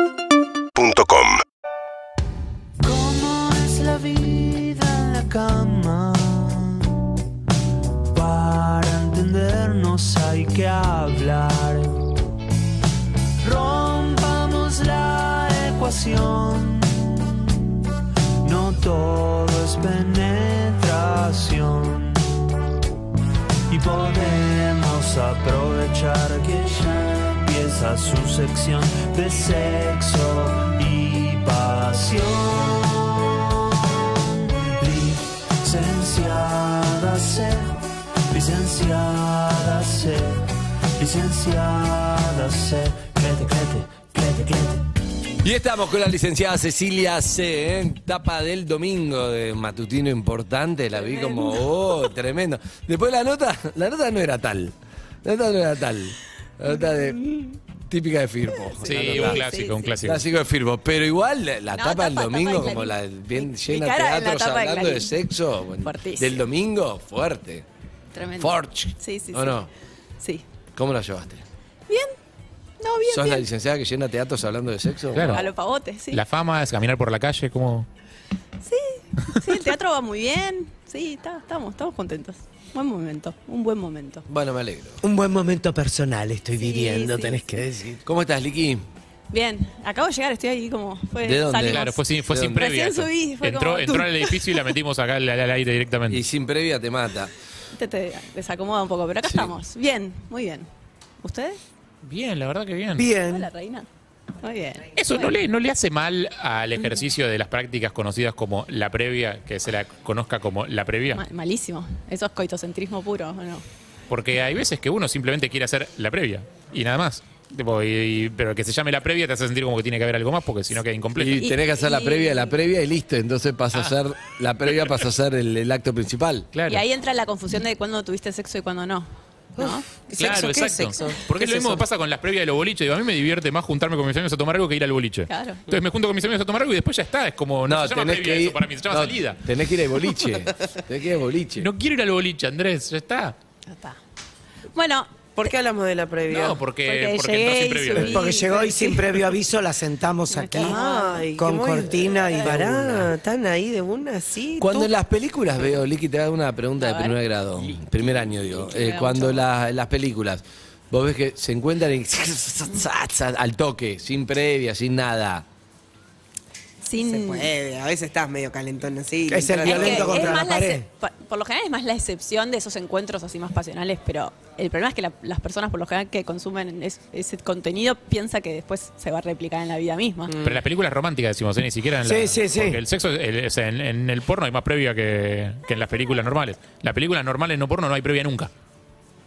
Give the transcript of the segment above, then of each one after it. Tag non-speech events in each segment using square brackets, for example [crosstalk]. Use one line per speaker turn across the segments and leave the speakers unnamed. UrbanaPlayFM.com
¿Cómo es la vida en la cama? Para entendernos hay que hablar. Rompamos la ecuación. No todo es penetración. Y podemos aprovechar que ya empieza su sección de sexo y pasión. Licenciada C, licenciada C, licenciada C, clete, clete, clete, clete.
Y estamos con la licenciada Cecilia C, ¿eh? tapa del domingo de matutino importante, la vi como, oh, tremendo. Después la nota, la nota no era tal, la nota no era tal, la nota de, típica de Firpo.
Sí,
La
un
nota-
clásico, un clásico.
Clásico de Firpo, pero igual la, la
No,
tapa del
tapa, tapa
domingo,
de
como la
Clarín.
bien
Mi-
llena
mi cara en la
teatros
tapa de
hablando de
Clarín.
sexo, bueno,
Fortísimo.
del domingo, fuerte.
Tremendo.
Forge.
Sí, sí,
¿O
sí.
no?
Sí.
¿Cómo la llevaste?
Bien. No, bien.
¿Sos la
bien.
licenciada que llena teatros hablando de sexo?
Claro.
A los pavotes, sí.
La fama es caminar por la calle, como.
Sí, el teatro va muy bien. Sí, está- estamos, estamos contentos. Buen momento, un buen momento.
Bueno, me alegro.
Un buen momento personal estoy
Sí,
viviendo,
sí,
tenés
sí.
que decir.
¿Cómo estás, Liqui?
Bien, acabo de llegar, estoy ahí como fue.
¿De dónde?
salimos.
Claro, pues fue sin, fue
¿De
sin
dónde?
previa.
Recién
eso.
subí, fue
entró,
como-
entró al edificio y la metimos acá al, al- al aire directamente.
Y sin previa te mata.
Te, te desacomoda un poco, pero acá
Sí.
estamos. Bien, muy bien. ¿Ustedes?
Bien, la verdad que bien.
Bien.
Hola, reina. Muy bien.
Eso
Muy
no
bien.
le, no le hace mal al ejercicio de las prácticas conocidas como la previa, que se la conozca como la previa.
Ma- malísimo. Eso es coitocentrismo puro, ¿o no?
Porque hay veces que uno simplemente quiere hacer la previa y nada más. Tipo, y- y- pero que se llame la previa te hace sentir como que tiene que haber algo más porque si no queda incompleto.
Y
Y-
tenés que hacer la
y-
previa de la previa y listo. Entonces pasa a ser. La previa pasa a ser el, el acto principal.
Ah. claro.
Y ahí entra la confusión de cuándo tuviste sexo y cuándo no. ¿No?
Claro, exacto. Porque es lo mismo que pasa con las previas de los boliches. Digo, a mí me divierte más juntarme con mis amigos a tomar algo que ir al boliche.
Claro.
Entonces me junto con mis amigos a tomar algo y después ya está. Es como, no, se llama previa eso para mí, se llama
no,
salida.
Tenés que ir al boliche. tenés que ir al boliche.
No quiero ir al boliche, Andrés, ya está.
Ya está. Bueno,
¿Por qué hablamos de la previa?
No, porque, porque
Porque
entró
llegué
sin
y
previa.
subí.
Porque llegó y
Sí.
sin previo aviso la sentamos
Me
aquí
encanta.
Este, Ay,
con
qué muy-
cortina y de
Pará,
una.
están ahí de una, sí.
Cuando
tú-
en las películas veo, Liqui, te hago una pregunta
A
de
ver.
primer grado, primer año digo.
me
Eh,
da
cuando
mucho
la- en las películas, vos ves que se encuentran en- [laughs] al toque, sin previa, sin nada.
Se
sin.
puede, a veces estás medio calentón así.
Es el
entras-
Es que
Violento contra la
más la
pared.
ex- pa- por lo general es más la excepción de esos encuentros así más pasionales, pero el problema es que la- las personas por lo general que consumen es- ese contenido piensa que después se va a replicar en la vida misma.
Pero en las películas románticas decimos, ¿eh? ni siquiera en la-
Sí, sí, sí.
Porque el sexo, el- o sea, en, en el porno hay más previa que, que en las películas normales. Las películas normales no porno no hay previa nunca.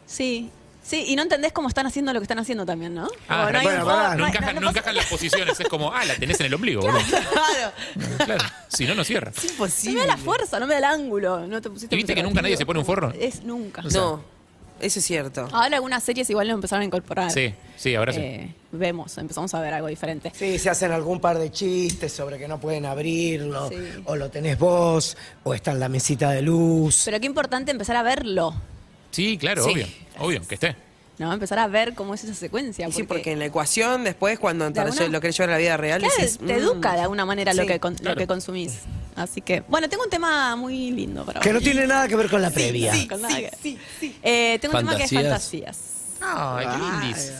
Sí. Sí, y no entendés cómo están haciendo lo que están haciendo también, ¿no? Como no hay
bueno,
un
pará,
no,
juego, no hay-
Ah, encajan,
no-
no
no [laughs]
encajan las posiciones. Es como, ah, la tenés en el ombligo, boludo.
Claro,
Claro. Si no, no cierra.
es
No
imposible.
me da la fuerza, no me da el ángulo. No te
¿Y
pusiste
viste que
preservativo?
nunca nadie se pone un forro?
Es nunca.
No, eso es cierto.
Ahora algunas series igual lo empezaron a incorporar.
Sí, sí, ahora sí.
Eh, vemos, empezamos a ver algo diferente.
Sí, se hacen algún par de chistes sobre que no pueden abrirlo,
Sí.
o lo tenés vos, o está en la mesita de luz.
Pero qué importante empezar a verlo,
Sí, claro, obvio. Obvio, que esté.
¿no? Empezar a ver cómo es esa secuencia.
Y sí, porque en la ecuación, después, cuando te-
alguna-
lo querés llevar a la vida real,
Claro,
decís,
te
mm,
educa de alguna manera lo,
Sí,
que con-
claro.
lo que consumís. Así que, bueno, tengo un tema muy lindo para
Que no
hoy.
tiene nada que ver con la previa.
Sí, con nada que- Eh, tengo un tema que es
Fantasías.
fantasías.
Ay, qué lindis.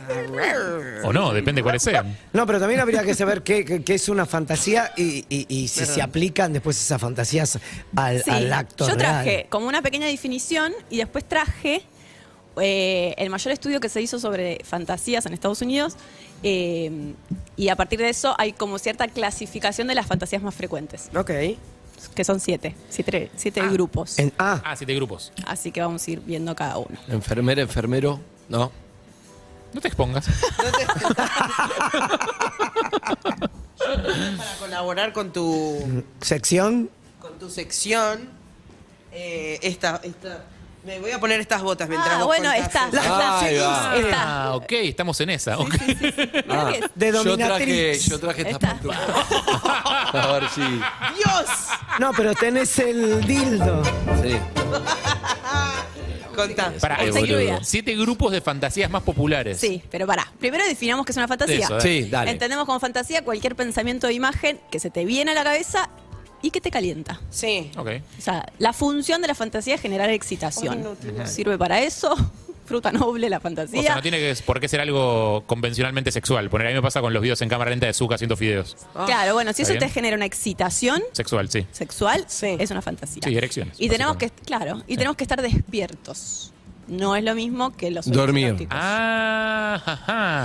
O no, depende cuáles sean.
No, pero también habría que saber qué, qué- qué es una fantasía y, y- y si se aplican después esas fantasías al,
Sí,
al acto
Yo traje
real.
como una pequeña definición y después traje eh, el mayor estudio que se hizo sobre fantasías en Estados Unidos. eh, y a partir de eso hay como cierta clasificación de las fantasías más frecuentes,
Ok.
que son siete, siete, siete grupos.
En- ah,
Ah, siete grupos.
Así que vamos a ir viendo cada uno.
Enfermera, enfermero, no.
No te expongas.
Para colaborar con tu,
sección.
con tu sección, eh, esta, esta. Me voy a poner estas botas mientras
Ah,
vos
bueno,
contás
está.
eso.
Las Ahí va.
Está.
Ah, ok, estamos en esa. ok.
Ah,
que es?
De
yo traje,
dominatrix.
yo traje estas
Está.
pantuflas. [laughs] A ver si.
¡Dios!
No, pero tenés el dildo.
Sí.
Contá.
Pará,
Está incluida.
siete grupos de fantasías más populares.
Sí, pero pará. Primero definamos qué es una fantasía.
Eso,
eh. Sí, dale.
Entendemos como fantasía cualquier pensamiento o imagen que se te viene a la cabeza y que te calienta.
Sí.
Ok.
O sea, la función de la fantasía es generar excitación. Sirve para eso. [laughs] Fruta noble la fantasía.
O sea, no tiene que, por qué ser algo convencionalmente sexual. Poner, a mí me pasa con los videos en cámara lenta de Zuka haciendo fideos.
Claro, bueno, si eso
¿Está bien?
te genera una excitación
Sexual, sí.
sexual,
Sí.
es una fantasía.
Sí, erecciones,
Y tenemos que,
básicamente.
claro, y tenemos que estar despiertos. No es lo mismo que los
Dormido.
eróticos.
Ah,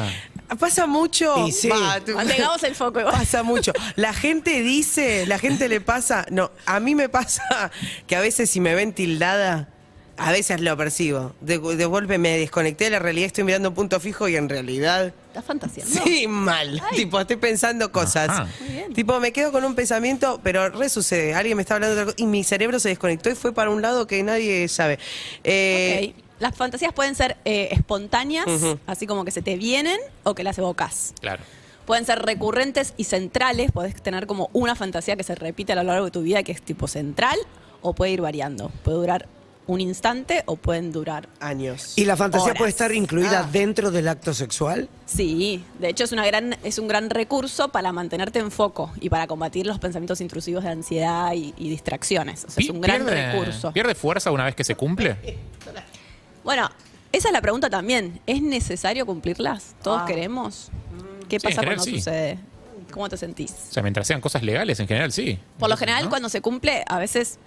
ajá.
Pasa mucho.
Y sí.
Ah,
tú-
Mantengamos el foco igual.
[laughs] Pasa mucho. La gente dice, la gente le pasa. No, a mí me pasa que a veces si me ven tildada, a veces lo percibo. De, de golpe me desconecté de la realidad, estoy mirando un punto fijo y en realidad.
Estás fantaseando.
Sí, mal. Tipo, estoy pensando cosas.
Ajá.
Muy bien.
Tipo, me quedo con un pensamiento, pero resucede. Alguien me está hablando de otra cosa y mi cerebro se desconectó y fue para un lado que nadie sabe. Eh,
Ok. Las fantasías pueden ser eh, espontáneas, así como que se te vienen o que las evocas.
Claro.
Pueden ser recurrentes y centrales, podés tener como una fantasía que se repite a lo largo de tu vida que es tipo central o puede ir variando. Puede durar un instante o pueden durar
Años.
¿Y la fantasía
Horas.
puede estar incluida
Ah.
dentro del acto sexual?
Sí, de hecho es, una gran, es un gran recurso para mantenerte en foco y para combatir los pensamientos intrusivos de ansiedad y, y distracciones. O sea, es
Pi-
un gran
pierde-
recurso.
¿Pierde fuerza una vez que se cumple?
Bueno, esa es la pregunta también. ¿Es necesario cumplirlas? ¿Todos queremos?
Sí,
¿Qué
en
pasa
general,
cuando
sí.
sucede? ¿Cómo te sentís?
O sea, mientras sean cosas legales, en general, sí.
Por lo general,
¿No?
cuando se cumple, a veces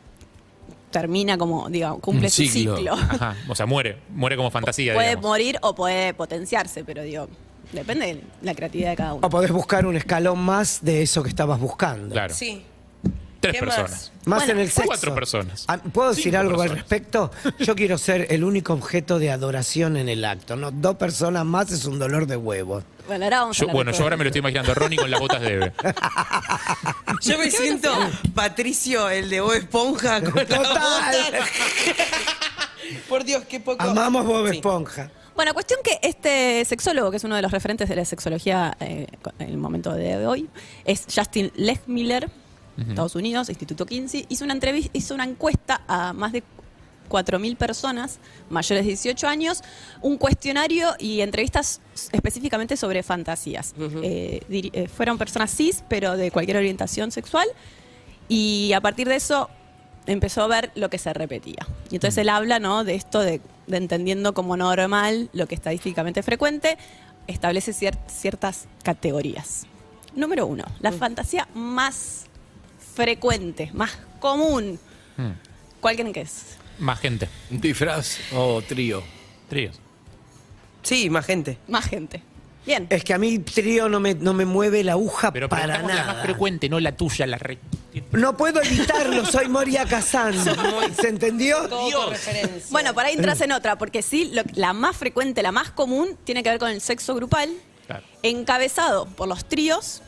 termina como, digamos, cumple
Un
su
ciclo.
ciclo.
Ajá. O sea, muere. Muere como fantasía,
puede
Ah, digamos.
morir o puede potenciarse, pero digo, depende de la creatividad de cada uno.
¿O podés buscar un escalón más de eso que estabas buscando?
Claro.
Sí.
Tres
¿Qué más?
personas.
Más
Bueno,
en el sexo.
cuatro personas.
Ah, ¿Puedo decir
Cinco
algo al
personas.
respecto? Yo quiero ser el único objeto de adoración en el acto. No, dos personas más es un dolor de huevo.
Bueno, ahora vamos a
Yo-
hablar de
bueno, yo
todo
ahora me lo estoy imaginando. Ronnie con las botas de Eve.
Yo
[laughs]
me siento Patricio, el de Bob Esponja. Con la
Total.
bota. Por Dios, qué poco.
[laughs] Amamos Bob
Sí.
Esponja.
Bueno, cuestión que este sexólogo, que es uno de los referentes de la sexología eh, co- en el momento de hoy, es Justin Lechmiller, Estados Unidos, Instituto Kinsey, hizo una, entrevista, hizo una encuesta a más de 4.000 personas mayores de 18 años, un cuestionario y entrevistas específicamente sobre fantasías. Eh, diri- eh, fueron personas cis, pero de cualquier orientación sexual, y a partir de eso empezó a ver lo que se repetía. Y entonces él habla ¿no? de esto de, de entendiendo como normal lo que estadísticamente es frecuente, establece cier- ciertas categorías. Número uno, la fantasía más frecuente, más común. ¿Cuál creen que es?
Más gente.
Disfraz o trío.
Tríos.
Sí, más gente.
Más gente. Bien.
Es que a mí trío no me, no me mueve la aguja
Pero
para
preguntamos la
nada.
más frecuente, no la tuya, la re...
No puedo evitarlo, soy Moria Kazan. ¿Se entendió?
pues, Bueno, por ahí entras en otra, porque sí, lo- la más frecuente, la más común, tiene que ver con el sexo grupal,
Claro.
encabezado por los tríos,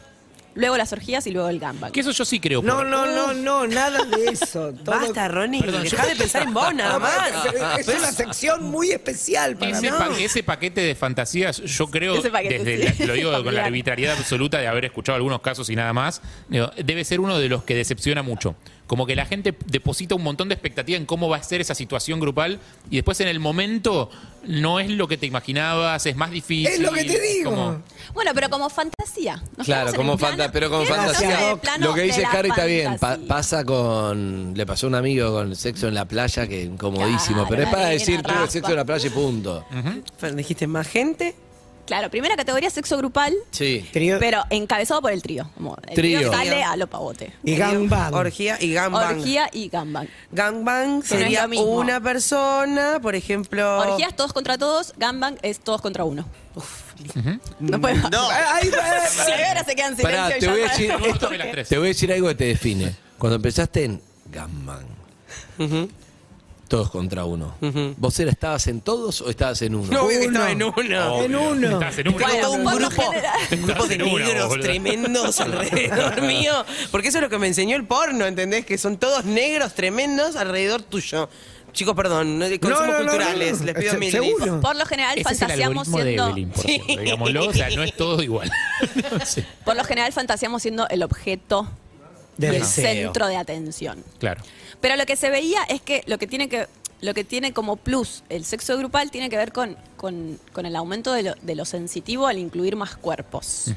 luego las orgías y luego el gangbang.
Que eso yo sí creo.
No,
por-
no, no, no, nada de eso. Todo-
Basta, Ronnie.
Perdón,
Dejá
yo-
de pensar en vos, nada más.
Es una sección muy especial para mí.
Ese, pa- ese paquete de fantasías, yo creo,
Ese paquete,
desde
sí.
la-
[laughs]
lo digo con la
Familiar.
arbitrariedad absoluta de haber escuchado algunos casos y nada más, digo, debe ser uno de los que decepciona mucho. Como que la gente deposita un montón de expectativa en cómo va a ser esa situación grupal y después en el momento no es lo que te imaginabas, es más difícil.
Es lo que te
[laughs]
digo.
como-
Bueno, pero como fantasía. Nos quedamos
Claro,
en
como
el plano-
fanta, pero como
quedamos en
fantasía.
el plano
Lo que
de
dice
la
Harry está bien. pa-
fantasía.
pasa con. Le pasó a un amigo con sexo en la playa, que incomodísimo.
Claro,
pero es para
la
decir
nena
tuve
raspa.
sexo en la playa y punto.
Pero dijiste más gente.
Claro, primera categoría sexo grupal,
Sí.
Trío
pero encabezado por el trío. Como el
Trío.
trío. sale a lo pavote.
y gangbang.
eh, Orgía y gangbang.
Orgía y gangbang.
Gangbang
no es
sería
lo mismo.
una persona, por ejemplo.
Orgías todos contra todos, gangbang es todos contra uno. No puede más.
Ay, ay, ay,
Si [laughs] ahora se quedan en silencio
Pará,
y
te
ya
voy, a
saben.
decir,
No, no
esto-
toque las tres.
te voy a decir algo que te define. Cuando empezaste en Gamman, todos contra uno. ¿Vos era, estabas en todos o estabas en uno?
No,
Uno.
estaba en una.
En uno.
Estás en un
Bueno,
todo un
por lo
grupo,
general-
un grupo
Estás
de
en una,
negros
boludo.
tremendos alrededor mío. Porque eso es lo que me enseñó el porno, ¿entendés? Que son todos negros tremendos alrededor tuyo. Chicos, perdón, no de consumos culturales, les pido
Se-
mil
Seguro.
Por lo general
Ese es el
fantaseamos
algoritmo de
siendo.
Evelyn, por ejemplo, digámoslo, o sea, no es todo igual.
[laughs]
Sí,
Por lo general fantaseamos siendo el objeto
De
y el
deseo.
centro de atención.
claro.
Pero lo que se veía es que lo que tiene que Lo que tiene como plus el sexo grupal tiene que ver con, con- con el aumento de lo, de lo sensitivo al incluir más cuerpos.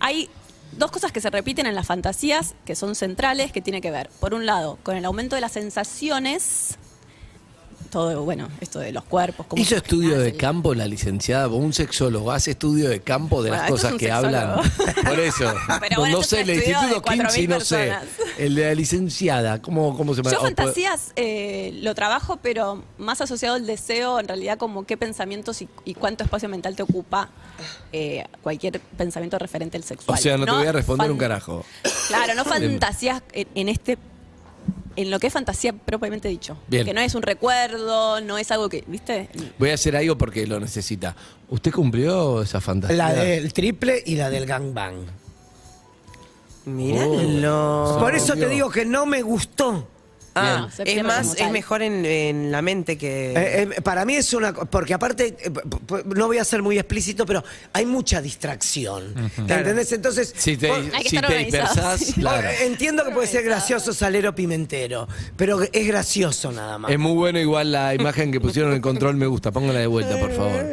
Hay dos cosas que se repiten en las fantasías que son centrales, que tiene que ver, por un lado, con el aumento de las sensaciones, todo, bueno, esto de los cuerpos. cómo
¿Hizo
se
estudio
imaginan,
de
el-
campo la licenciada? ¿Vos Un sexólogo hace estudio de campo de
Bueno,
las
esto es
cosas
un
que hablan.
sexólogo.
[laughs] Por eso.
Pero bueno,
no
esto
sé,
es un
el
estudio de
Instituto
4.000
Kinsey, no sé.
personas.
El de la licenciada, ¿cómo, cómo se llama?
Yo
O puede-
fantasías eh, lo trabajo, pero más asociado al deseo, en realidad como qué pensamientos y, y cuánto espacio mental te ocupa eh, cualquier pensamiento referente al sexual.
O sea, no te voy a responder
fan-
un carajo.
Claro,
[laughs]
no fantasías en, en este en lo que es fantasía propiamente dicho.
Bien.
Que no es un recuerdo, no es algo que, ¿viste?
Voy a hacer algo porque lo necesita. ¿Usted cumplió esa fantasía?
La del triple y la del gangbang.
Míralo.
Por eso te digo que no me gustó.
Ah,
Bien.
es
Septiembre
más,
como
es
tal.
mejor en, en la mente que.
Eh, eh, para mí es una. co- Porque aparte, eh, p- p- no voy a ser muy explícito, pero hay mucha distracción. ¿Te entendés? Entonces.
Si te,
vos-
Hay que
si
estar
te
organizados,
dispersás,
sí.
claro.
eh, Entiendo que puede ser gracioso Salero Pimentero, pero es gracioso nada más.
Es muy bueno igual la imagen que pusieron en control me gusta. Póngala de vuelta, por favor.
A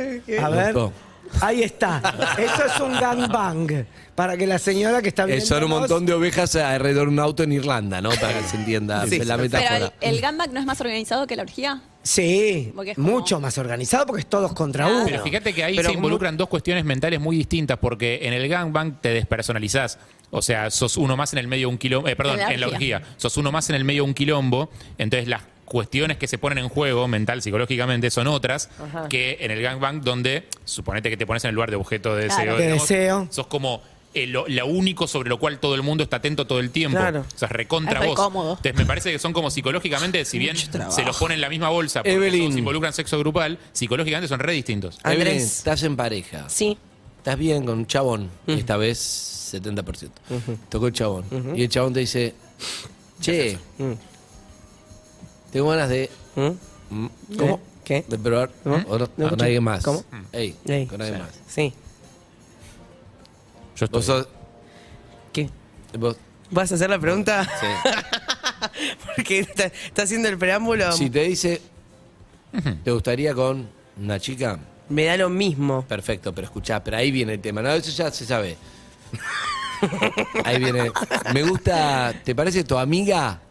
Me
ver.
gustó.
Ahí está. Eso es un gangbang. Para que la señora que está
Eh,
viendo.
son un montón de ovejas alrededor de un auto en Irlanda, ¿no? Para que se entienda
Sí.
la
Pero
metáfora.
el, el gangbang no es más organizado que la orgía.
Sí,
Porque es como-
mucho más organizado porque es todos contra
Claro.
uno.
Pero fíjate que ahí
Pero
se
como-
involucran dos cuestiones mentales muy distintas, porque en el gangbang te despersonalizás. O sea, sos uno más en el medio de un quilombo. eh, perdón,
En la
en la
orgía.
orgía. Sos uno más en el medio de un quilombo. Entonces las cuestiones que se ponen en juego, mental, psicológicamente, son otras que en el gangbang, donde suponete que te pones en el lugar de objeto de deseo.
Claro.
De
digamos,
deseo.
Sos como. el- lo, lo único sobre lo cual todo el mundo está atento todo el tiempo.
Claro.
O sea, recontra
Es re
vos.
cómodo.
Entonces, me parece que son como psicológicamente, si bien se los ponen en la misma bolsa, porque
Evelyn.
todos involucran sexo grupal, psicológicamente son re distintos.
Evelyn,
Andrés.
estás en pareja.
Sí.
Estás bien con un chabón. Esta vez 70%. Tocó el chabón. Y el chabón te dice, che,
Mm.
tengo ganas de... Mm, ¿Cómo?
¿Qué?
De probar otro-
No
a
escuché.
nadie más.
¿Cómo? Mm.
Ey,
Ey,
con nadie
o sea,
más.
Sí.
Yo
Vos sos...
¿Qué?
vos-
¿Vas a hacer la pregunta? [laughs]
sí.
Porque está, está haciendo el preámbulo.
Si te dice, ¿te gustaría con una chica?
Me da lo mismo.
Perfecto, pero escuchá, pero ahí viene el tema. No, eso ya se sabe. Ahí viene. Me gusta, ¿te parece tu amiga?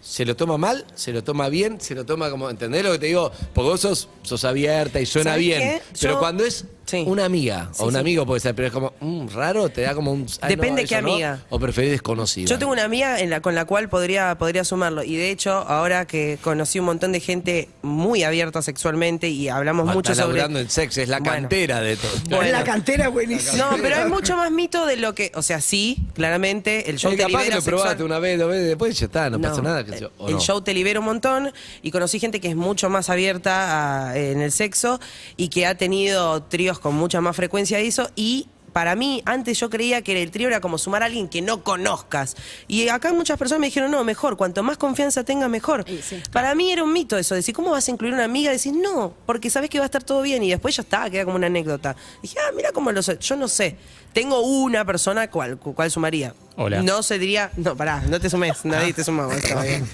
¿Se lo toma mal? ¿Se lo toma bien? ¿Se lo toma como.? ¿Entendés lo que te digo? Porque vos sos, sos abierta y suena
¿Sabés
bien.
qué?
Pero
Yo-
cuando es
Sí.
una amiga o un
sí.
amigo puede ser, pero es como mm, raro, te da como un. ay,
Depende
eso
qué amiga.
O preferís desconocido.
Yo tengo una amiga en la, con la cual podría, podría sumarlo. Y de hecho, ahora que conocí un montón de gente muy abierta sexualmente y hablamos mucho
está
sobre.
Ah, laburando en sexo, es la
Bueno.
cantera de todo.
Bueno,
Bueno.
la cantera es buenísima.
No,
[laughs]
pero hay mucho más mito de lo que. O sea, sí, claramente. El show
Oye,
te
capaz que
libera
lo probaste
sexual-
una vez, dos veces, después ya está, no, pasa nada. Que
el,
yo- o
el
no.
show te libera un montón y conocí gente que es mucho más abierta a- eh, en el sexo y que ha tenido tríos con mucha más frecuencia de eso y para mí, antes yo creía que el trío era como sumar a alguien que no conozcas. Y acá muchas personas me dijeron, no, mejor, cuanto más confianza tengas, mejor.
Y sí.
Para mí era un mito eso, decir, ¿cómo vas a incluir una amiga? Decir, no, porque sabes que va a estar todo bien y después ya está, queda como una anécdota. Dije, ah, mira cómo lo sé, yo no sé. Tengo una persona, ¿cuál, cuál sumaría?
Hola.
No se diría, no, pará, no te
[laughs]
sumes, nadie te suma, vos, está bien.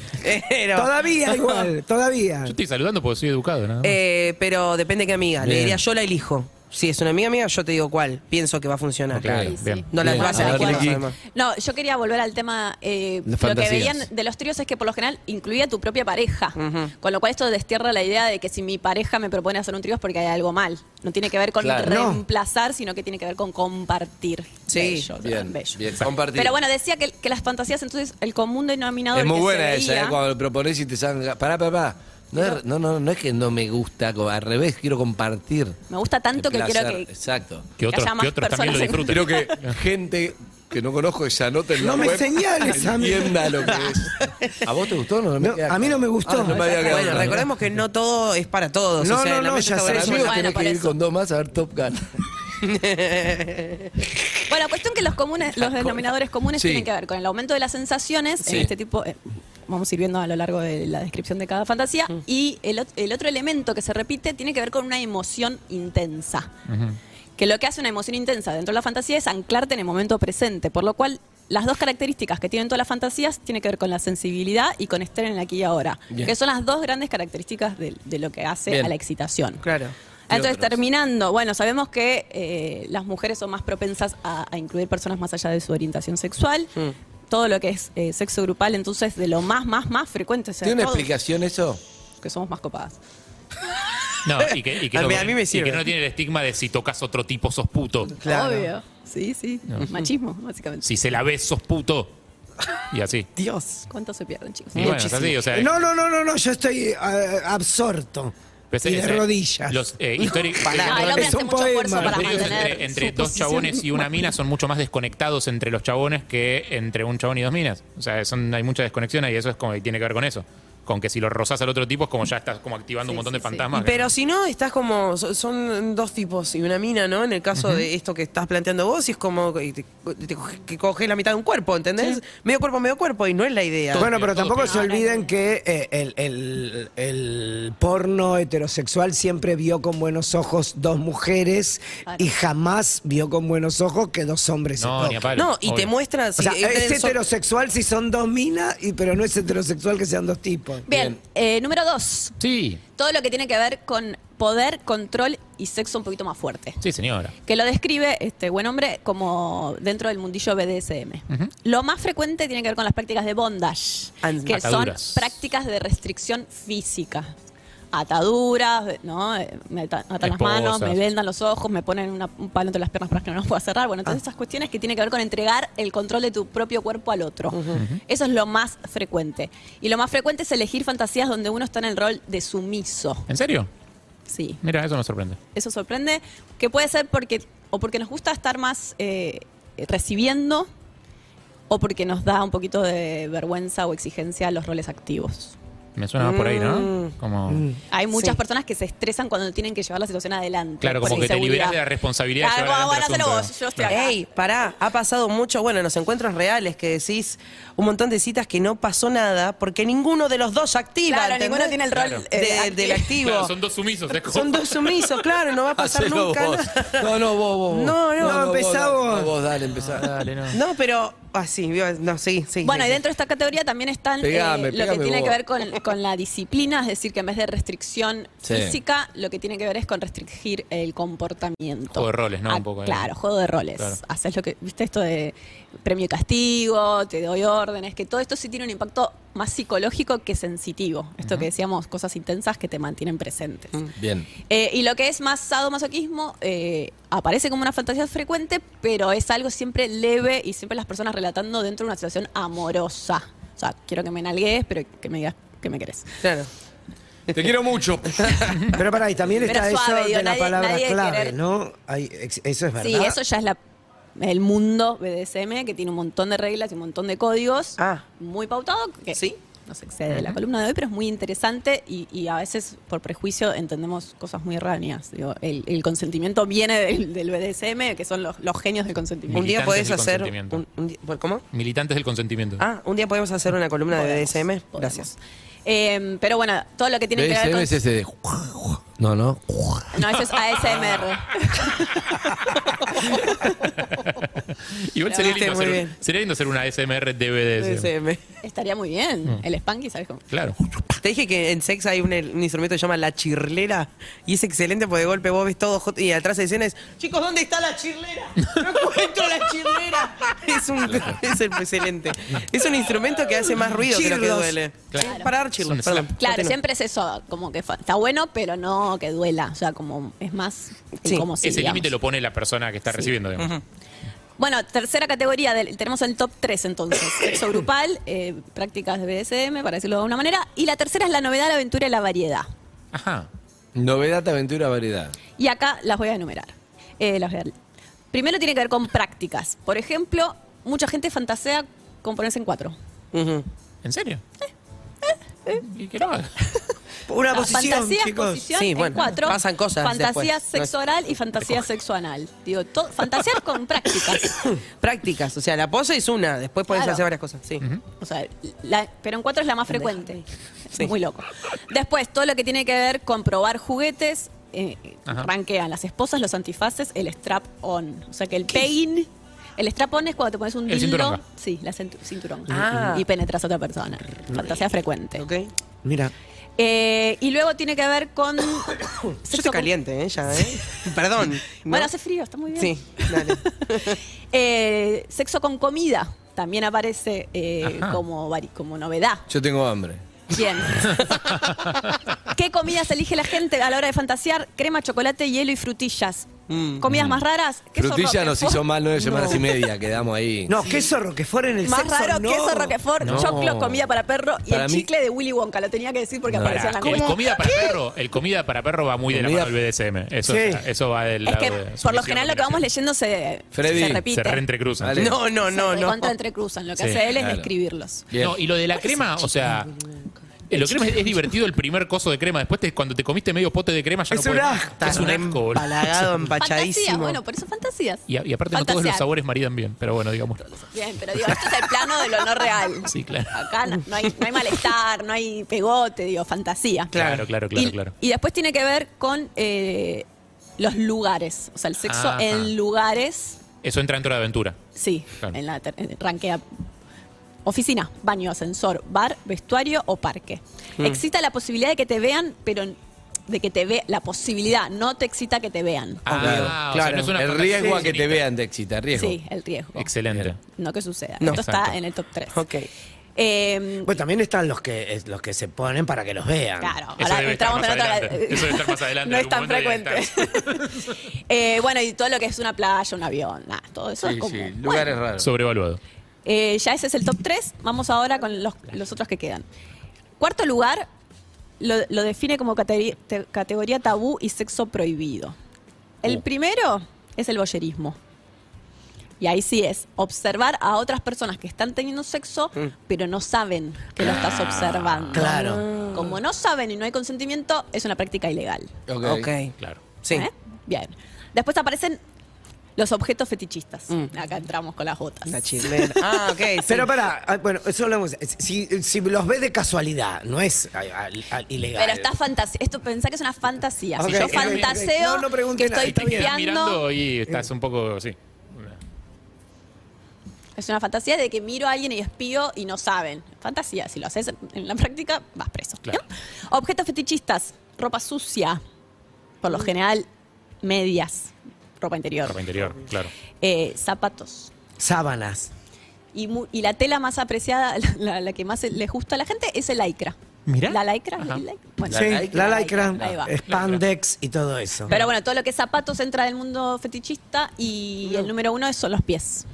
[laughs]
Pero,
Todavía igual, todavía.
Yo estoy saludando porque soy educado, ¿no?
eh, pero depende qué amiga, le
Bien.
diría, yo la elijo. Si es una amiga mía, yo te digo cuál, pienso que va a funcionar.
claro,
Sí, sí.
bien.
No la
Bien,
vas a
a ver,
elegir vos,
Ricky.
además.
No, yo quería volver al tema. eh,
De
lo que
fantasías.
veían de los tríos es que por lo general incluía tu propia pareja. Con lo cual esto destierra la idea de que si mi pareja me propone hacer un trío es porque hay algo mal. No tiene que ver con
Claro.
reemplazar, sino que tiene que ver con compartir.
Sí,
Bello,
Bien,
bello.
bien, compartir.
Pero bueno, decía que, que las fantasías, entonces, el común denominador.
Es muy
que se
buena esa,
veía-
¿eh? cuando lo propones y te salga. Pará, pará, pará. No, es, no, no, no es que no me gusta, como al revés, quiero compartir.
Me gusta tanto
El
que quiero
placer,
que-
Exacto.
Que otros,
haya más
que otros también lo
personas en-
disfruten.
Quiero que gente que no conozco se anote en la
No me
web,
señales a mí.
Entienda lo que es.
[laughs]
¿A vos te gustó? No, me
No,
queda
a mí no me
claro.
gustó.
Ah, no me había quedado
Bueno,
claro.
recordemos que no todo es para todos.
No,
o sea,
no,
en la
no,
mesa
ya
está
sé,
Para
buenísimo.
mí vos
Bueno,
tenés
por
que ir
eso.
con dos más a ver Top Gun.
Bueno, cuestión que los comunes, los denominadores comunes
Ah, Sí.
tienen que ver con el aumento de las sensaciones
Sí.
en este tipo. eh, Vamos a ir viendo a lo largo de la descripción de cada fantasía. Y el, ot- el otro elemento que se repite tiene que ver con una emoción intensa. que lo que hace una emoción intensa dentro de la fantasía es anclarte en el momento presente, por lo cual las dos características que tienen todas las fantasías tienen que ver con la sensibilidad y con estar en el aquí y ahora,
Bien.
que son las dos grandes características de, de lo que hace
Bien.
a la excitación.
Claro.
Entonces,
otros?
terminando, bueno, sabemos que eh, las mujeres son más propensas a, a incluir personas más allá de su orientación sexual. Todo lo que es eh, sexo grupal, entonces, de lo más, más, más frecuente. o sea,
¿Tiene una
todos
explicación eso?
Que somos más copadas.
No, y que, y que
A
no,
mí- a mí me
y que
sirve.
no tiene el estigma de si tocas otro tipo sos puto.
Claro.
Obvio. Sí, sí. [laughs] Machismo, básicamente.
Si se la ves sos puto. Y así.
Dios.
¿Cuánto se pierden, chicos?
Y bueno, es así, o sea,
No, no, no, no, no, yo estoy eh, absorto.
Pues,
y de
eh,
rodillas.
Los, eh, históric-
pará.
Ah, el hombre
Es
hace
un
mucho esfuerzo
poema.
para
Los pedidos
mantener
entre, entre
su
dos
posición.
chabones y una mina son mucho más desconectados entre los chabones que entre un chabón y dos minas. O sea, son- hay mucha desconexión ahí, eso es como, y tiene que ver con eso. Con que si lo rozás al otro tipo es como ya estás como activando
Sí,
un montón
sí,
de
sí.
fantasmas. que-
Pero si no, estás como. so- Son dos tipos y una mina, ¿no? En el caso de esto que estás planteando vos, y es como. y te- te coge- que coges la mitad de un cuerpo, ¿entendés? Medio cuerpo, medio cuerpo, y no es la idea.
Todo.
Bueno, pero
todo
tampoco
pega.
se olviden que eh, el, el- el porno heterosexual siempre vio con buenos ojos dos mujeres
Claro.
y jamás vio con buenos ojos que dos hombres
No,
se
ni a
toquen.
palo.
no, y te
obvio.
muestra.
O
si
sea,
entran
es
en so-
heterosexual si son dos minas, y, pero no es heterosexual que sean dos tipos.
Bien, eh, número dos.
Sí,
Todo lo que tiene que ver con poder, control y sexo un poquito más fuerte.
sí, señora.
que lo describe este buen hombre como dentro del mundillo BDSM. Lo más frecuente tiene que ver con las prácticas de bondage,
And-
que
Ataduras.
son prácticas de restricción física. Ataduras, ¿no? Eh, Me ata- atan las manos,
Esposas.
me vendan los ojos, me ponen una- un palo entre las piernas para que no los pueda cerrar. Bueno, todas esas cuestiones que tienen que ver con entregar el control de tu propio cuerpo al otro. Eso es lo más frecuente. Y lo más frecuente es elegir fantasías donde uno está en el rol de sumiso.
¿En serio?
Sí
Mira, eso me sorprende.
eso sorprende, que puede ser porque o porque nos gusta estar más eh, recibiendo o porque nos da un poquito de vergüenza o exigencia los roles activos.
Me suena más por ahí, ¿no? Como...
Hay muchas
Sí.
personas que se estresan cuando tienen que llevar la situación adelante.
Claro,
por
como que te
inseguridad.
liberas de la responsabilidad. de
Claro,
llevar
como,
adelante el
bueno, hacelo
asunto.
vos, yo estoy acá.
Ey, pará, ha pasado mucho, bueno, en los encuentros reales que decís un montón de citas que no pasó nada porque ninguno de los dos activa.
Claro,
¿entendés?
ninguno tiene el rol
Claro.
eh,
De-
activo.
del activo.
Claro, son dos sumisos. es como-
Son dos sumisos, claro,
[laughs]
no va a pasar
Hacelo
nunca.
vos.
nada.
No, no, vos, vos. vos.
No, no,
vos,
empezá
dale,
vos.
no, vos, dale, empezá.
[laughs] Dale, no.
No, pero así, no, sí, sí.
Bueno,
sí,
y
sí.
dentro de esta categoría también están eh,
Pegame,
lo que
pegame
tiene
vos.
que ver con, con la disciplina, es decir, que en vez de restricción
Sí.
física, lo que tiene que ver es con restringir el comportamiento.
Juego de roles, ¿no? Un
Ah,
poco, eh.
Claro, juego de roles.
Claro.
Haces lo que, viste esto de premio y castigo, te doy órdenes, que todo esto sí tiene un impacto más psicológico que sensitivo. Esto que decíamos, cosas intensas que te mantienen presentes.
Mm,
Bien.
Eh, y lo que es más sadomasoquismo eh, aparece como una fantasía frecuente, pero es algo siempre leve y siempre las personas relatando dentro de una situación amorosa. O sea, quiero que me nalgues, pero que me digas que me querés.
Claro.
Te quiero mucho.
Pero pará, y también
Pero
está
suave,
eso
digo,
de la
nadie-
palabra
nadie
clave,
querer-
¿no? Hay- ex- eso es verdad.
Sí, eso ya es la, el mundo BDSM, que tiene un montón de reglas y un montón de códigos.
Ah.
Muy pautado, que
Sí.
nos excede de la columna de hoy, pero es muy interesante y, y a veces por prejuicio entendemos cosas muy erróneas. Digo, el, el consentimiento viene del, del BDSM, que son los, los genios del consentimiento.
Un día
Militantes
podés
del
hacer.
consentimiento.
un- un di- ¿Cómo?
[laughs] Militantes del consentimiento.
Ah, un día podemos hacer una columna de
Podemos,
BDSM.
podemos.
Gracias.
Eh, pero bueno, todo lo que tiene que ver
BSM
con...
es ese de. No, no.
No, eso es
[laughs]
ASMR.
Igual
La
sería lindo,
verdad. Muy
hacer un-
bien.
sería lindo hacer una SMR DVD.
BDSM.
Estaría muy bien.
Mm.
El spanky, ¿sabes cómo?
Claro.
Te dije que en sex hay un, un instrumento que se llama la chirlera y es excelente porque de golpe vos ves todo hot- y atrás de escena es chicos, ¿dónde está la chirlera? No encuentro la chirlera. [laughs] Es un es el- excelente. Es un instrumento que hace más ruido que lo que
Chirlos.
duele.
Claro.
Es Para dar chirlos,
Son
perdón.
slap.
Claro,
Continúa.
siempre es eso, como que fa- está bueno, pero no que duela. O sea, como es más
Sí,
como si.
Ese
digamos.
límite lo pone la persona que está recibiendo, digamos.
Bueno, tercera categoría, del- tenemos el top
[laughs]
3 entonces. Sexo grupal, eh, prácticas de BDSM, para decirlo de alguna manera. Y la tercera es la novedad, la aventura y la variedad.
Ajá.
Novedad, aventura, variedad.
Y acá las voy a enumerar. Eh, las voy a leer. Primero tiene que ver con prácticas. Por ejemplo, mucha gente fantasea con ponerse en cuatro.
Ujú.
¿En serio?
Eh,
¿Y qué no?
Una
No,
posición,
fantasías,
chicos.
Ah, posición
Sí,
en
bueno,
cuatro.
pasan cosas
Fantasía
después. No es-
sexo oral y fantasía sexo anal. Digo, to- fantasear
[laughs]
con prácticas.
Prácticas, o sea, la pose es una, después podés
Claro.
hacer varias cosas. Sí.
O sea, la- pero en cuatro es la más frecuente. Es Muy loco. Después, todo lo que tiene que ver con probar juguetes, eh,
Ajá.
ranquean las esposas, los antifaces, el strap-on. O sea que el pein. El strap-on es cuando te pones un
El
dildo.
cinturón.
Sí, la centu- cinturón.
Ah.
Y penetras a otra persona. Fantasía frecuente.
¿Ok?
Mira.
Eh, y luego tiene que ver con.
[coughs] Yo
sexo
estoy
con-
caliente, ¿eh? Ya, ¿eh?
[laughs]
Perdón. ¿no?
Bueno, hace frío, está muy bien.
Sí, dale.
[laughs] Eh, sexo con comida también aparece eh,
Ajá.
como, vari- como novedad.
Yo tengo hambre.
Bien. ¿Qué comidas elige la gente a la hora de fantasear? Crema, chocolate, hielo y frutillas.
Mm.
¿Comidas más raras? queso
Frutilla nos
roquefort.
hizo mal
[laughs]
nueve semanas y media, quedamos ahí.
[laughs]
No, queso roquefort en el
Más
sexo.
raro,
no.
queso roquefort,
No.
choclo, comida para perro y
Para
el
mí-
chicle de Willy Wonka. Lo tenía que decir porque
No.
apareció en la
Pará, el
comida.
comida para perro, el comida para perro va muy de la
Comida-
mano del BDSM. Eso,
Sí.
está- eso va del
Es
lado de
que por lo
sumisión,
general lo que vamos
dominación.
leyendo se,
Freddy,
se
se
repite.
reentrecruzan.
Vale.
sí.
No, no, no,
Se
no.
recontra entrecruzan. Lo que
Sí,
hace él es
claro.
describirlos.
Bien.
No, y lo de la crema, o sea. eh, Lo crema es, es divertido el primer coso de crema. Después, te- cuando te comiste medio pote de crema, ya
Es
no
un
puedes.
asco.
Es un asco, boludo.
Empalagado,
Fantasías,
empachadísimo.
bueno, por eso fantasías.
Y, a- y aparte, no todos los
Fantasear.
sabores maridan bien, pero bueno, digamos.
Bien, pero digo, esto es el plano de lo
[laughs]
no real.
Sí,
[laughs]
claro.
Acá no, no hay, no hay malestar, no hay pegote, digo, fantasía.
Claro, claro, claro,
y,
claro.
y después tiene que ver con eh, los lugares, o sea, el sexo
Ajá.
en lugares,
Eso entra dentro de la aventura.
sí,
Claro.
en la ter- en- ranquea. Oficina, baño, ascensor, bar, vestuario o parque.
Hmm.
Excita la posibilidad de que te vean, pero de que te ve la posibilidad, no te excita que te vean.
Ah, o
claro.
sea, no es una
el
fantasía
riesgo a que te
infinita.
vean te excita, riesgo.
Sí, el riesgo.
Excelente.
No que suceda.
No.
Esto
Exacto.
está en el top Em, 3.
Ok.
Bueno, Pues también están los que, es- los que se ponen para que los vean.
Claro,
Eso
ahora
debe estar
entramos
más
en otra.
adelante. Eso debe estar más
[laughs]
adelante,
no
en
es tan
algún momento debe
frecuente. [laughs] Eh, bueno, y todo lo que es una playa, un avión, nada, todo eso es
Sí,
como.
sí,
bueno.
lugares raros.
Sobrevaluado.
Eh, ya ese es el top 3. Vamos ahora con los, los otros que quedan. Cuarto lugar, lo, lo define como categori- te- categoría tabú y sexo prohibido. El
Oh.
Uh.
primero es el boyerismo. Y ahí sí es observar a otras personas que están teniendo sexo,
Mm.
pero no saben que lo
Ah,
estás observando.
claro.
Como no saben y no hay consentimiento, es una práctica ilegal.
Ok.
Ok.
Claro.
Sí.
¿Eh? Bien. Después aparecen los objetos fetichistas.
Mm.
Acá entramos con las botas.
La chilena. Ah, ok. sí.
Pero pará, ah, bueno, eso hablamos. Si, si los ves de casualidad, no es ah, ah, ah, ilegal.
Pero está fantasía. Esto pensá que es una fantasía.
Ok,
si yo
ok,
fantaseo
ok. No, no pregunté
que
nada,
estoy
está bien.
Estás mirando
pipeando.
y
Eh.
estás un poco, sí.
Es una fantasía de que miro a alguien y espío y no saben. Fantasía. Si lo haces en la práctica, vas preso. ¿no?
Claro.
Objetos fetichistas. Ropa sucia. Por
Mm.
lo general, medias. Ropa interior.
Ropa interior, claro.
Eh, zapatos.
Sábanas.
Y, mu- y la tela más apreciada, [laughs] la, la- la que más les gusta a la gente, es el lycra.
Mirá.
La lycra.
Ajá.
el lycra. Bueno,
sí, la lycra,
Ahí va.
spandex y todo eso.
Pero bueno, todo lo que es zapatos entra del mundo fetichista y el número uno es- son los pies.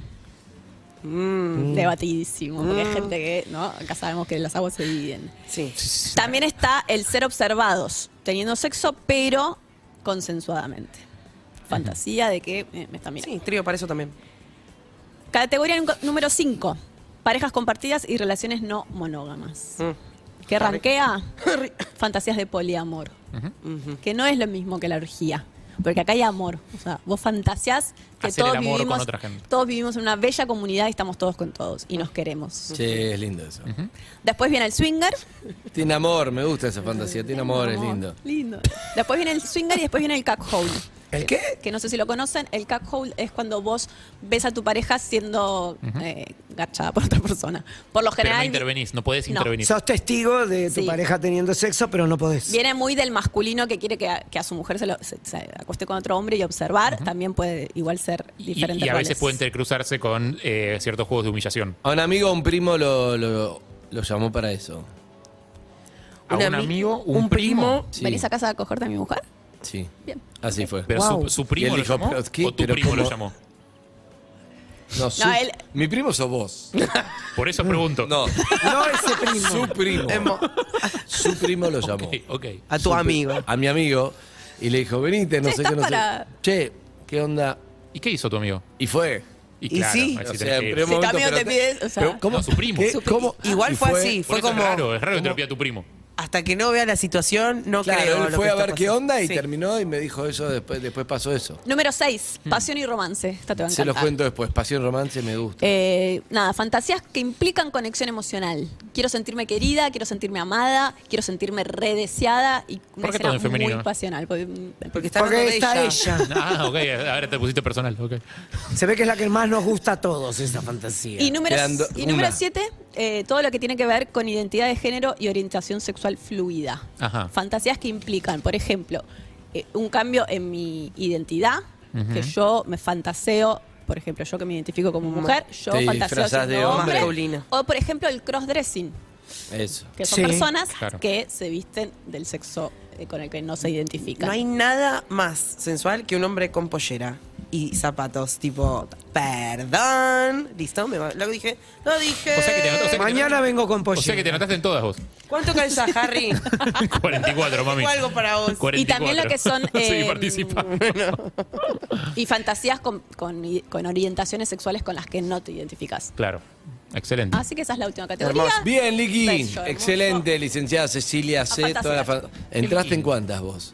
Mm,
Debatidísimo, porque hay gente que, ¿no? Acá sabemos que las aguas se dividen.
Sí.
También está el ser observados, teniendo sexo, pero consensuadamente. Fantasía de que eh, me están mirando.
Sí, trío para eso también.
Categoría nunca- número 5. Parejas compartidas y relaciones no monógamas.
Mm.
Que ranquea fantasías de poliamor. Que no es lo mismo que la orgía. Porque acá hay amor. O sea, vos fantaseas que
Hacer el
todos
amor con
vivimos,
otra gente.
todos vivimos en una bella comunidad y estamos todos con todos. Y nos queremos.
Sí, es lindo eso.
Después viene el swinger.
Tiene amor, me gusta esa fantasía. Tiene amor, es lindo.
Lindo. Después viene el swinger y después viene el cuckold.
¿El qué?
Que no sé si lo conocen. El cuckold es cuando vos ves a tu pareja siendo eh, garchada por otra persona. Por lo
Pero
general...
no intervenís, no podés
No.
intervenir.
Sos testigo de tu
Sí.
pareja teniendo sexo, pero no podés.
Viene muy del masculino que quiere que a, que a su mujer se, lo- se- se acueste con otro hombre y observar. También puede igual ser
Y,
diferente.
y a veces puede intercruzarse con eh, ciertos juegos de humillación.
A un amigo, un primo lo, lo, lo llamó para eso.
A
Un
un,
ami-
amigo, un,
un primo.
primo.
Sí,
¿Venís a casa a cogerte a mi mujer?
sí.
Bien.
Así fue.
Pero
Wow.
su, su
Y
primo
él
lo
dijo,
llamó.
"¿Pero qué?
O tu
¿Pero
primo lo
cómo?".
llamó.
No, su-
él-
Mi primo sos vos.
Por eso pregunto.
No,
No ese primo.
su primo.
Emo-
Su primo lo llamó.
[laughs] Ok, ok.
A tu amigo.
A mi amigo. Y le dijo, venite, no
Che,
sé
¿estás
qué, no
para-
sé. Che, ¿qué onda?
¿Y qué hizo tu amigo?
Y fue.
Y
claro,
sí.
ahí
O
sí
sea,
tenés que ir.
en primer
Si tu
momento,
amigo
pero
te pide, o sea-
pero ¿Cómo?
No, su primo.
¿Qué?
Su primo.
¿Cómo?
Igual
Y
fue así,
Por
fue
eso
como.
es raro, es raro que te lo pida tu primo.
hasta que no vea la situación, no
claro,
creo.
él
lo
fue
que
a
está
ver qué
pasando.
onda y
Sí.
terminó y me dijo eso, después, después pasó eso.
Número 6,
Mm.
pasión y romance. Esta te va a
Se los
encantar.
cuento después, pasión romance me gusta.
Eh, nada, fantasías que implican conexión emocional. Quiero sentirme querida, quiero sentirme amada, quiero sentirme redeseada y una
¿Por qué
escena
todo en femenino?
muy pasional. porque- mm,
Porque está hablando
Porque
de
está
ella.
ella.
Ah, ok, ahora te pusiste personal. ok.
Se ve que es la que más nos gusta a todos, esa fantasía.
Y número,
Quedan do-
y número
una.
siete, eh, todo lo que tiene que ver con identidad de género y orientación sexual fluida.
Ajá.
Fantasías que implican, por ejemplo, eh, un cambio en mi identidad, que yo me fantaseo, por ejemplo, yo que me identifico como mujer, yo
Te
fantaseo
disfrazás
siendo
de
hombre.
hombre.
Masculino.
O por ejemplo, el crossdressing,
Eso.
que son
Sí.
personas
Claro.
que se visten del sexo eh, con el que no se identifican.
No hay nada más sensual que un hombre con pollera y zapatos, tipo, perdón. Listo, me va- lo dije, lo dije.
O sea que te notas- o sea que te
Mañana
notas-
vengo con
O
pollo.
sea que te notaste en todas
[laughs]
vos.
¿Cuánto calza, Harry?
44, mami.
Tengo algo para vos.
Y también lo que son,
[laughs] sí,
eh, [laughs]
participa.
Y fantasías con, con- con orientaciones sexuales con las que no te identificas.
Claro. Excelente.
Así que esa es la última categoría.
Bien, Liqui.
Beso, hermoso.
Excelente, licenciada Cecilia C.
fantasía.
toda la fan- ¿Entraste en cuántas vos?